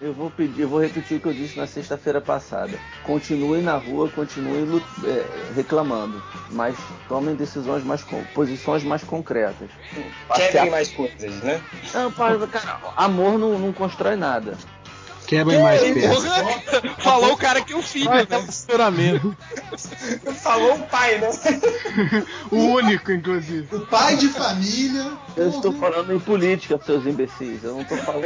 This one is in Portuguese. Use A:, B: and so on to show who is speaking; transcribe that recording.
A: Eu vou pedir, eu vou repetir o que eu disse na sexta-feira passada. Continuem na rua, continuem lut- é, reclamando, mas tomem decisões mais con- posições mais concretas.
B: Quebrem mais coisas, né?
A: Não, para, Ah, cara, amor não, não constrói nada.
C: É,
D: Quebrem mais perto.
E: Porra, falou o cara que o filho, né?
C: Relacionamento.
B: Falou o pai, né?
C: o único, inclusive.
F: O pai de família.
A: Eu
F: porra.
A: estou falando em política, seus imbecis. Eu não estou falando.